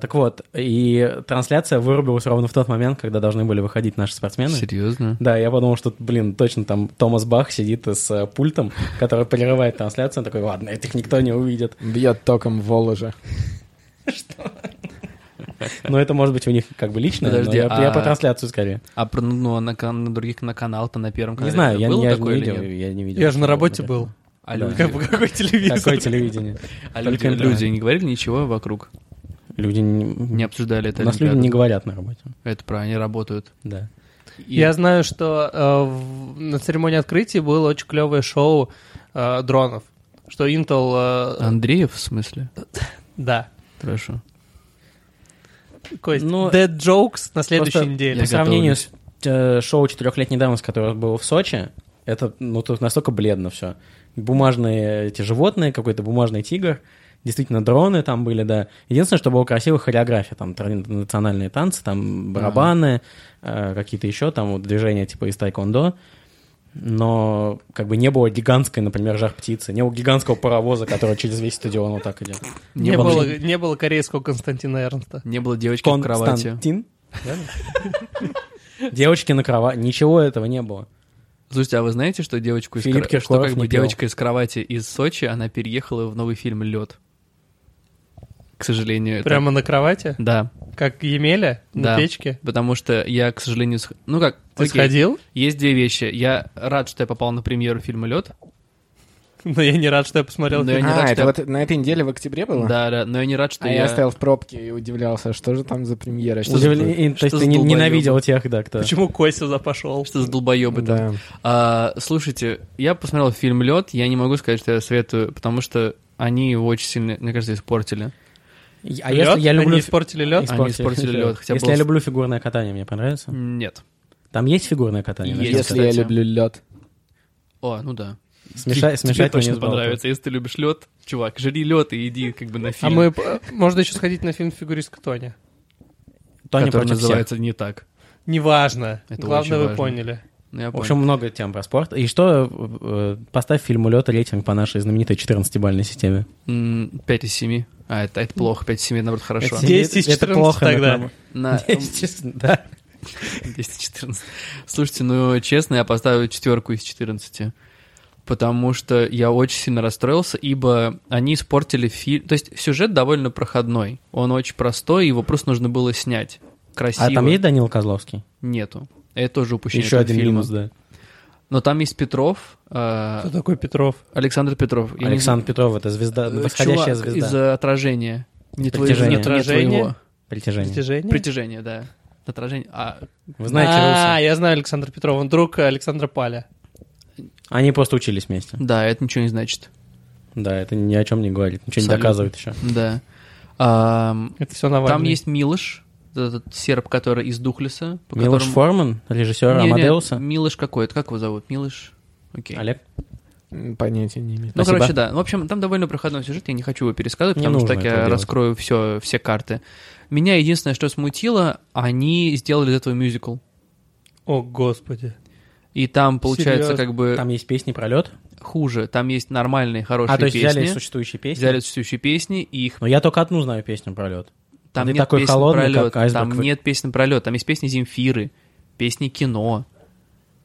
Так вот, и трансляция вырубилась ровно в тот момент, когда должны были выходить наши спортсмены.
Серьезно?
Да, я подумал, что, блин, точно там Томас Бах сидит с э, пультом, который прерывает трансляцию. Он такой, ладно, этих никто не увидит.
Бьет током в Воложа.
Но это может быть у них как бы личное, но
Подожди,
я, я
а-
про трансляцию скорее.
А про, ну, на, кан- на других, на канал-то, на первом
Не
канале.
знаю, я,
Э, было
я же не
такое или
видел,
нет?
я не видел.
Я же на
что
работе
было.
был.
А
Да.
люди?
Как бы, какой телевизор?
Какое телевидение?
А люди,
Только интернет.
люди не говорили ничего вокруг?
Люди
Не
не...
обсуждали это?
У нас люди не говорят на работе.
Это про, они работают.
Да.
И-
Я знаю, что э, в- на церемонии открытия было очень клевое шоу э, дронов. Что Intel... э,
Андреев, в смысле?
Да.
Хорошо.
Кость,
Ну,
dead jokes на следующей
Просто
неделе.
Я
По сравнению с э, шоу четырехлетней давности, которое было в Сочи, это ну тут настолько бледно все. Бумажные эти животные, какой-то бумажный тигр, действительно дроны там были, да. Единственное, что было красиво, хореография, там тра- национальные танцы, там барабаны, э, какие-то еще там вот движения типа из тайкондо. Но как бы не было гигантской, например, жар птицы, не было гигантского паровоза, который через весь стадион вот так идет.
Не,
Не
было,
было.
не было корейского Константина Эрнста.
Не было девочки в кровати.
Константин? [laughs] Девочки на кровати. Ничего этого не было.
Слушайте, а вы знаете, что девочку из
Филипп
кра- что
Киркоров
как бы
не пел.
девочка из кровати из Сочи, она переехала в новый фильм Лед. К сожалению, это-
Прямо на кровати,
Да,
как Емеля на
Да.
печке.
потому что я, к сожалению, сх- ну как,
Ты
окей,
сходил? [laughs]
есть две вещи. Я рад, что я попал на премьеру фильма Лед.
Но Ну, я не рад, что я посмотрел.
Но
фильм.
Ну, я не
а,
рад,
это
что
вот на этой неделе в октябре было?
Да, да, но я не рад, что
А я... стоял в пробке и удивлялся, что же там за премьера. Что за-
Удивле- и- То
что
есть
за
ты не-
долбоёбы?
ненавидел тех, да, кто...
Почему Костя запошел?
Что за долбоебы там?
Да.
А, слушайте, я посмотрел фильм Лед. Я не могу сказать, что я советую, потому что они его очень сильно, мне кажется, испортили.
А если я люблю...
Они
фи-
испортили лед?
Они испортили лед, хотя
Если
было-
я люблю фигурное катание, мне понравится.
Нет.
Там есть фигурное катание?
Есть.
да?
Если я
кстати.
люблю лед.
О, ну да.
Смеша-
Тебе
Смешать мне
точно
не сбалку.
понравится. Если ты любишь лед, чувак, жри лед и иди как бы на
А
фильм,
мы... э, Можно еще сходить на фильм «Фигуристка Тоня».
Тоня
который
против всех.
называется не так.
Неважно.
Это очень
Главное, вы
важно.
поняли.
Ну, я
В общем,
понял.
много тем про спорт. И что, э, э, поставь фильму лед рейтинг по нашей знаменитой 14-бальной системе.
М, 5 из 7. А, это, это плохо, 5 из 7, наоборот, хорошо.
Это-
10 из
это
14
плохо,
тогда.
но- [laughs]
На 10
Честно, Да.
из 14. Слушайте, ну, честно, я поставлю четверку из 14. Потому что я очень сильно расстроился, ибо они испортили фильм. То есть сюжет довольно проходной. Он очень простой, его просто нужно было снять. Красиво.
А там есть Данил Козловский?
Нету. Это тоже упущение
Еще
этого
один
фильма.
минус, да.
Но там есть Петров, э,
Кто такой Петров?
Александр Петров. Я не
Александр Петров — это звезда,
знаю, э,
восходящая
чувак
звезда.
из э, отражения. Не твоего,
Притяжение.
не твоего.
Отражение.
Притяжение.
Притяжение?
Притяжение, да. Отражение. А,
Вы знаете
а,
Руса?
я знаю Александра Петрова, он друг Александра Паля.
Они просто учились вместе.
да, это ничего не значит.
Да, это ни о чем не говорит, ничего
Абсолютно.
не доказывает еще.
Да. Ам,
Это все Навальный.
Там есть Милош, этот серб, который из Духлиса. по
Милош
которому-
Форман, режиссер
Не-не, Э,
Амадеуса.
Милош какой-то. Как его зовут? Милош? Окей.
Олег,
М, Понятия не имею.
Ну,
Спасибо.
короче, да. В общем, там довольно проходной сюжет, я не хочу его пересказывать,
Не
потому что
нужно
так
этого
я
делать.
раскрою все, все карты. Меня единственное, что смутило, они сделали из этого мюзикл.
О, господи.
И там, получается,
Серьёзно?
как бы
там есть песни про лед.
хуже. Там есть нормальные, хорошие
А, то есть
песни.
взяли существующие песни?
Взяли существующие песни, и их
Но я только одну знаю песню про лед.
там
Ты
нет
такой
песен
холодный,
про лёд,
как айсберг.
Там нет песен про лед. Там есть песни Земфиры, песни кино,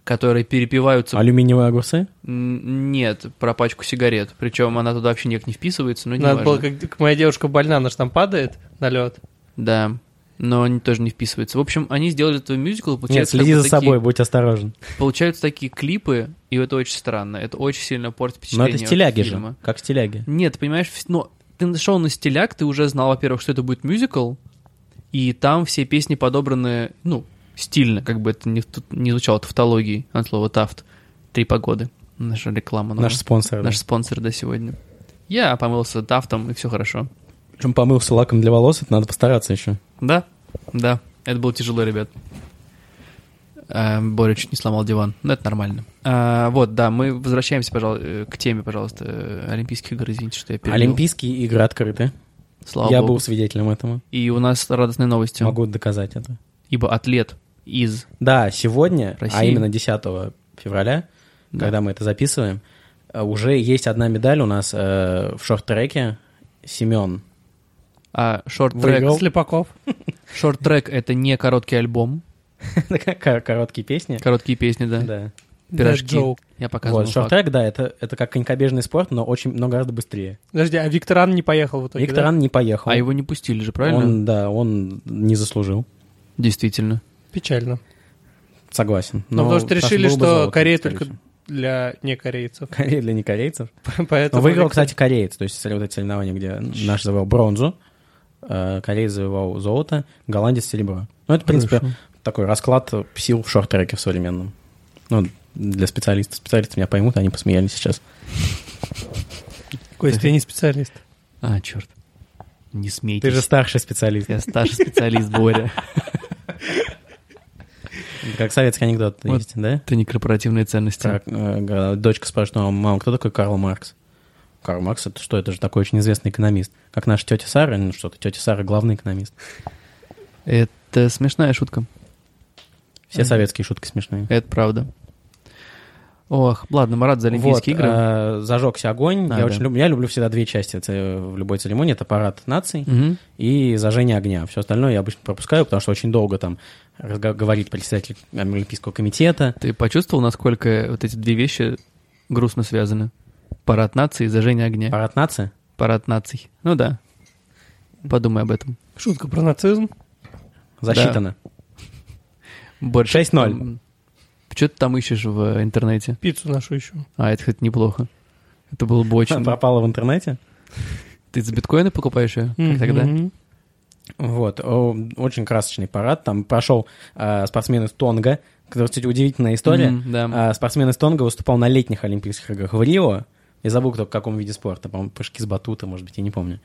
которые перепеваются...
Алюминиевые огурцы?
М, Нет, про пачку сигарет. Причем она туда вообще никак не вписывается, но не
Надо было, как, как моя девушка больна, она же там падает на лед.
Да, но они тоже не вписываются. В общем, они сделали этот мюзикл, и
Нет,
получается,
следи
как бы
за
такие-
собой, будь осторожен.
Получаются такие клипы, и это очень странно. Это очень сильно портит
Но
впечатление
это
от
стиляги
фильма.
же, как стиляги.
Нет, ты понимаешь, вс- но ты нашел на стиляк, ты уже знал, во-первых, что это будет мюзикл, и там все песни подобраны, ну, стильно, как бы это не, тут не звучало тавтологией от слова тафт. Три погоды. Наша реклама. новая.
Наш спонсор.
Ну, Наш спонсор до сегодня. Я помылся тафтом, и все хорошо.
Причем помылся лаком для волос, это надо постараться еще.
Да, да, это было тяжело, ребят. Э, Боря чуть не сломал диван, но это нормально. А, вот, да, мы возвращаемся, пожалуйста, к теме, пожалуйста, э, Олимпийских игр, извините, что я перебил.
Олимпийские игры открыты.
Слава
я
богу.
был свидетелем этому.
И у нас радостные новости,
Могу доказать это.
ибо атлет из...
Да, сегодня, а
России.
именно 10 февраля,
Да.
когда мы это записываем, э, уже есть одна медаль у нас э, в шорт-треке. Семен.
А, шорт-трек...
Слепаков.
Шорт-трек — это не короткий альбом,
Кор- Короткие песни.
короткие песни, да,
Да.
пирожки.
That joke.
Я показывал
Вот,
факт.
шорт-трек, да, это, это как конькобежный спорт, но очень, но гораздо быстрее.
Подожди, а Викторан не поехал в итоге,
Виктор
да?
Ан не поехал.
А его не пустили же, правильно?
Он, да, он не заслужил.
Действительно.
Печально.
Согласен.
Но, Ну, потому что
Ну, Саша
решили,
был бы
что
золото,
Корея
скорее
только
всего. [laughs]
для некорейцев. [laughs]
Корея для некорейцев. Но
Поэтому
Ну, выиграл,
Виктор-
кстати, кореец. То есть вот эти соревнования, где наш завоевал бронзу, э, кореец завоевал золото, голландец серебро. Ну, это, в принципе, такой расклад сил в шорт-треке в современном. Ну, для специалистов. Специалисты меня поймут, они посмеялись сейчас.
Кость, я не специалист.
А, черт. Не смейтесь.
Ты же старший специалист.
Я старший специалист, Боря.
Как советский анекдот
Вот.
есть,
[laughs]
да?
Это не корпоративные ценности.
Как, э, г- дочка спрашивает, ну, мама, кто такой Карл Маркс? Карл Маркс, это что? Это же такой очень известный экономист. Как наша тетя Сара, ну что ты, тетя Сара главный экономист.
Это смешная шутка.
Все советские шутки смешные.
Это правда. Ох, ладно, мы рады за Олимпийские
Вот,
игры.
э, зажегся огонь.
А,
я
да.
очень люблю, я люблю всегда две части это в любой церемонии. Это парад наций
Мгм.
и зажжение огня. Все остальное я обычно пропускаю, потому что очень долго там разго- говорит председатель Олимпийского комитета.
Ты почувствовал, насколько вот эти две вещи грустно связаны? Парад наций и зажжение огня.
Парад наций.
Парад наций. Ну да. Подумай об этом.
Шутка про нацизм.
Засчитано.
Больше...
6:0.
Что ты там ищешь в интернете?
Пиццу нашу еще.
А, это, кстати, неплохо. Это было бы
Она
очень...
Пропала в интернете.
Ты за биткоины покупаешь ее? Как тогда?
Мгм.
Вот, о, очень красочный парад. Там прошел э, спортсмен из Тонга, который, кстати, удивительная история.
Мгм, да.
А, спортсмен из Тонга выступал на летних Олимпийских играх в Рио. Я забыл, кто в каком виде спорта. По-моему, прыжки с батута, может быть, я не помню.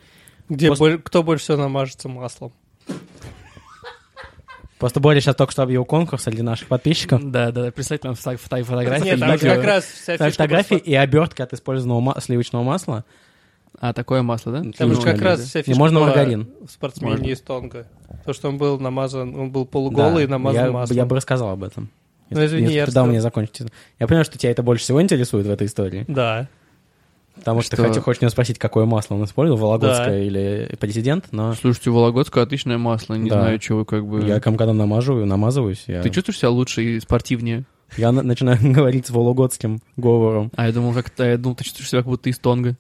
Где
После-
боль- кто больше всего намажется маслом?
Просто Боря сейчас только что объявил конкурс среди наших подписчиков.
Да, да, прислать нам фото- фото-
Нет,
фотографии.
там же как раз вся
Ставь
фишка
фотографии
была-
и обертка от использованного ма- сливочного масла.
А, такое масло, да?
Там же
Отлично,
как раз вся
Не
фишка
можно
была
маргарин.
в спортсмене
Можно.
из Тонга. То, что он был намазан, он был полуголый и
Да,
намазан
я,
маслом.
я бы рассказал об этом.
Ну, извини, я
дал
расскажу.
мне закончить. это. Я понимаю, что тебя это больше всего интересует в этой истории.
Да.
Потому что,
Что?
ты хочешь у него спросить, какое масло он использовал, Вологодское
Да.
или президент, но
Слушайте, Вологодское отличное масло, не
Да.
знаю, чего как бы...
я кому когда намаживаю, намазываюсь, я,
Ты чувствуешь себя лучше и спортивнее?
я на- начинаю [laughs] говорить с вологодским говором.
А я думал, как-то, я думал, ты чувствуешь себя как будто из Тонга.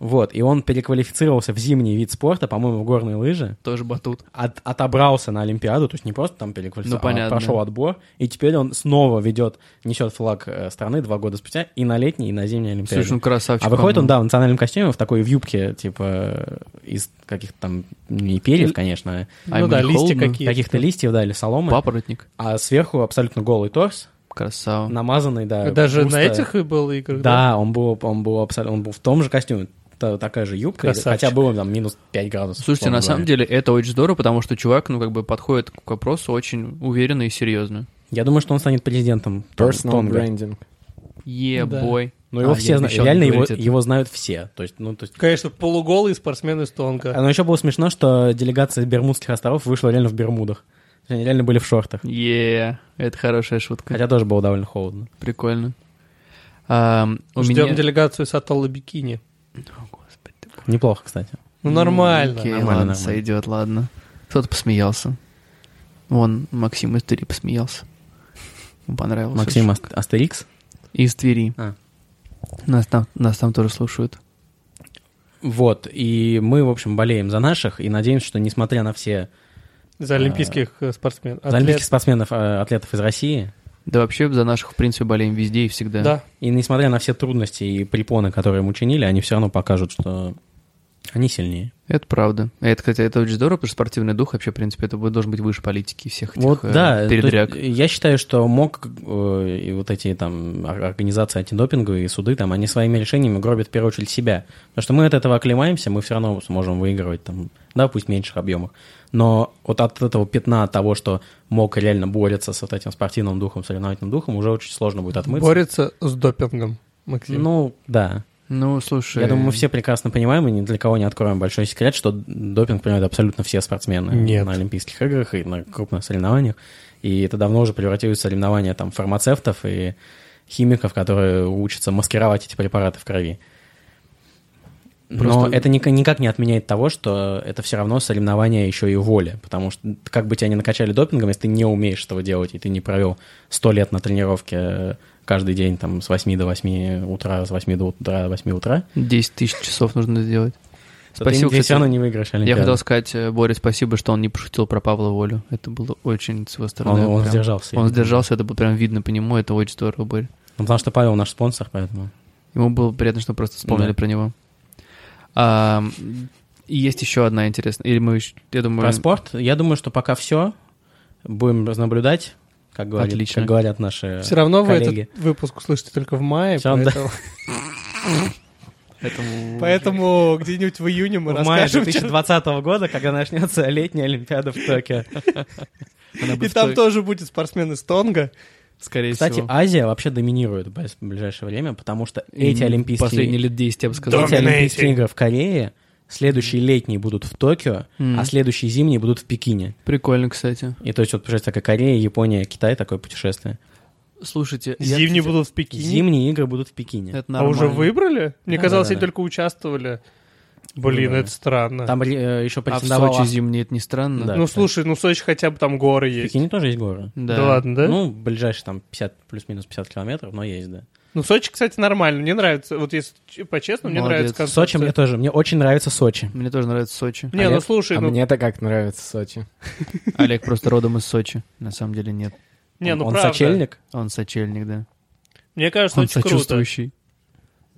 Вот, и он переквалифицировался в зимний вид спорта, по-моему, в горные лыжи,
Тоже батут.
от- отобрался на Олимпиаду, то есть не просто там
Ну,
переквалифицировался, а
понятно.
прошел отбор, и теперь он снова ведет, несет флаг э, страны два года спустя и на летней, и на зимней Олимпиаде.
Слушай, ну красавчик.
а выходит он,
по-моему.
да, в национальном костюме, в такой в юбке, типа, э, из каких-то там, не перьев, конечно,
А
а
ну
ему
да,
не
листья
холодно?
какие-то.
каких-то листьев, да, или соломы.
Папоротник.
А сверху абсолютно голый торс.
красава.
намазанный, да.
Даже на
густо.
этих и был играх,
э, Да, он был, он был абсолютно, он был в том же костюме, та- такая же юбка,
Красавчик.
хотя было там минус 5 градусов.
Слушайте, на
условно
самом
говоря.
деле это очень здорово, потому что чувак, ну, как бы подходит к вопросу очень уверенно и серьезно.
Я думаю, что он станет президентом Тон-
Personal
Тонга.
branding.
Е-бой.
Ну, его
А,
все
я
знают,
обещал не
реально его,
говорить это.
его знают все. То есть, ну, то есть...
Конечно, полуголый спортсмен из Тонга.
Но еще было смешно, что делегация Бермудских островов вышла реально в Бермудах. То есть Они реально были в шортах.
Е, это хорошая шутка.
Хотя тоже было довольно холодно.
Прикольно. Ам, у
Ждем
меня...
делегацию с Атолла Бикини.
Неплохо, кстати.
Ну, нормально.
Окей,
Нормально,
ладно,
нормально.
сойдет, ладно. Кто-то посмеялся. Вон Максим из Твери посмеялся. Ему понравилось.
Максим Ас- Астерикс.
очень. Из Твери.
А.
Нас, там, нас там тоже слушают.
Вот, и мы, в общем, болеем за наших и надеемся, что, несмотря на все
За олимпийских э, спортсмен.
А. за олимпийских
Атлет.
спортсменов, э, атлетов из России,
Да вообще за наших, в принципе, болеем везде и всегда.
Да.
и несмотря на все трудности и препоны, которые им учинили, они все равно покажут, что они сильнее.
Это правда. Это, кстати, это очень здорово, потому что спортивный дух вообще, в принципе, это будет- должен быть выше политики и всех этих
Вот,
э,
да. то
передряг.
есть Я считаю, что МОК э, и вот эти там ор- организации антидопинговые и суды, там, они своими решениями гробят в первую очередь себя. Потому что мы от этого оклемаемся, мы все равно сможем выигрывать там, да, пусть в меньших объемах. Но вот от этого пятна от того, что МОК реально борется с вот этим спортивным духом, соревновательным духом, уже очень сложно будет отмыться.
Борется с допингом, Максим.
Ну, да.
Ну, слушай.
Я думаю, мы все прекрасно понимаем, и ни для кого не откроем большой секрет, что допинг принимают абсолютно все спортсмены
Нет.
на Олимпийских играх и на крупных соревнованиях. И это давно уже превратилось в соревнования там, фармацевтов и химиков, которые учатся маскировать эти препараты в крови. Но
Просто-
это ника- никак не отменяет того, что это все равно соревнование еще и воли, потому что как бы тебя не накачали допингом, если ты не умеешь этого делать, и ты не провел сто лет на тренировке э, каждый день там с 8 до 8 утра, с 8 до утра, 8 утра,
10 тысяч часов нужно сделать.
то
Спасибо,
ты, ты
кстати.
все равно не выиграешь
Я
Олимпиаду.
хотел сказать, э, Боря, спасибо, что он не пошутил про Павла Волю. Это было очень с его
Он,
стороны.
он
прям-
сдержался.
Он сдержался, это было прям видно по нему, это очень здорово, Боря.
Ну, потому что Павел наш спонсор, поэтому...
Ему было приятно, что просто вспомнили
Да.
про него. А, и есть еще одна интересная, или мы, ещё- я думаю...
Про спорт, я думаю, что пока все. Будем наблюдать, как, говорит-
Отлично.
как говорят наши
Все равно вы
коллеги.
[laughs] этот выпуск услышите только в мае,
Всё равно, да.
поэтому, поэтому где-нибудь в июне мы
в мае
расскажем. чё-
2020 года, когда начнется летняя Олимпиада в Токио.
она
И
будет
там
стоить,
тоже будет спортсмен из Тонга.
Скорее
Кстати,
всего.
Азия вообще доминирует в бо- в ближайшее время, потому что а эти
И
Олимпийские,
Последние лет 10, я бы сказал.
эти Олимпийские игры в Корее, следующие летние будут в Токио,
М.
а следующие зимние будут в Пекине.
Прикольно, кстати.
И то есть вот получается такая Корея, Япония, Китай, такое путешествие.
Слушайте, я,
Зимние
кстати,
будут в Пекине.
Зимние игры будут в Пекине.
это
А уже
нормально.
выбрали? Мне
Да,
казалось,
да,
они
да.
только участвовали. Блин,
Выбрали.
это странно.
Там э, еще
А в
претендовала...
Сочи зимние, это не странно?
Да.
ну,
кстати.
слушай, ну в Сочи хотя бы там горы
В
есть.
Пекине тоже есть горы.
Да.
Да. ладно, да? Ну,
Ну, ближайшие там 50, плюс-минус 50 километров, но есть, да.
Ну, Сочи, кстати, нормально. Мне нравится. Вот если ч- по-честному, мне
Молодец.
нравится концепция.
Сочи мне тоже, мне очень нравится Сочи.
Мне тоже нравится Сочи.
Не, ну
Олег,
слушай,
А
ну,
мне-то как нравится Сочи.
Олег просто родом из Сочи. На самом деле нет.
не,
Он-
ну
он
правда.
сочельник.
Он сочельник, да.
Мне кажется,
Он
очень круто.
сочувствующий.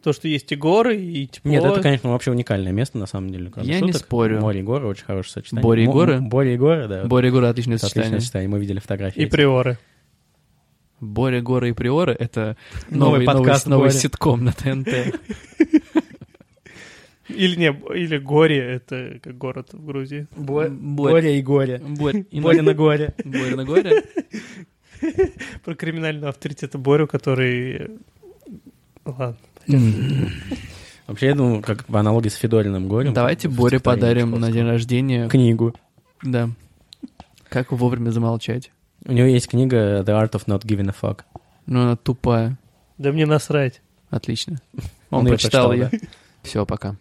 То, что есть и горы, и тепло.
Нет, это, конечно, вообще уникальное место, на самом деле. кроме
Я не
шуток.
спорю.
Море и горы, очень хорошее сочетание.
Боре и
Мо-
горы?
Боре и горы, да.
Боря Гора отличное
Это отличное
сочетание.
сочетание, мы видели фотографии.
И
эти.
приоры.
Боря Гора и Приоры — это
[laughs] Новый
новый, новый-
подкаст
новый,
Бори.
ситком на
[laughs]
ТНТ.
Или не, или горе, это как город в Грузии.
Бо-
Борь.
Боре и горе.
Борь и
Боре на горе.
[laughs] Боря на горе?
Про криминального авторитета Борю, который... Ладно.
Вообще, я думаю, как по аналогии с Федориным горем.
Давайте
как
Боре
стихотворение
подарим на день рождения.
Чайковского. книгу.
Да. Как вовремя замолчать.
У него есть книга «The Art of Not Giving a Fuck».
Ну, она тупая.
Да мне насрать.
Отлично.
[laughs] Он
Он
её
прочитал
прочитал,
ее. Все, пока.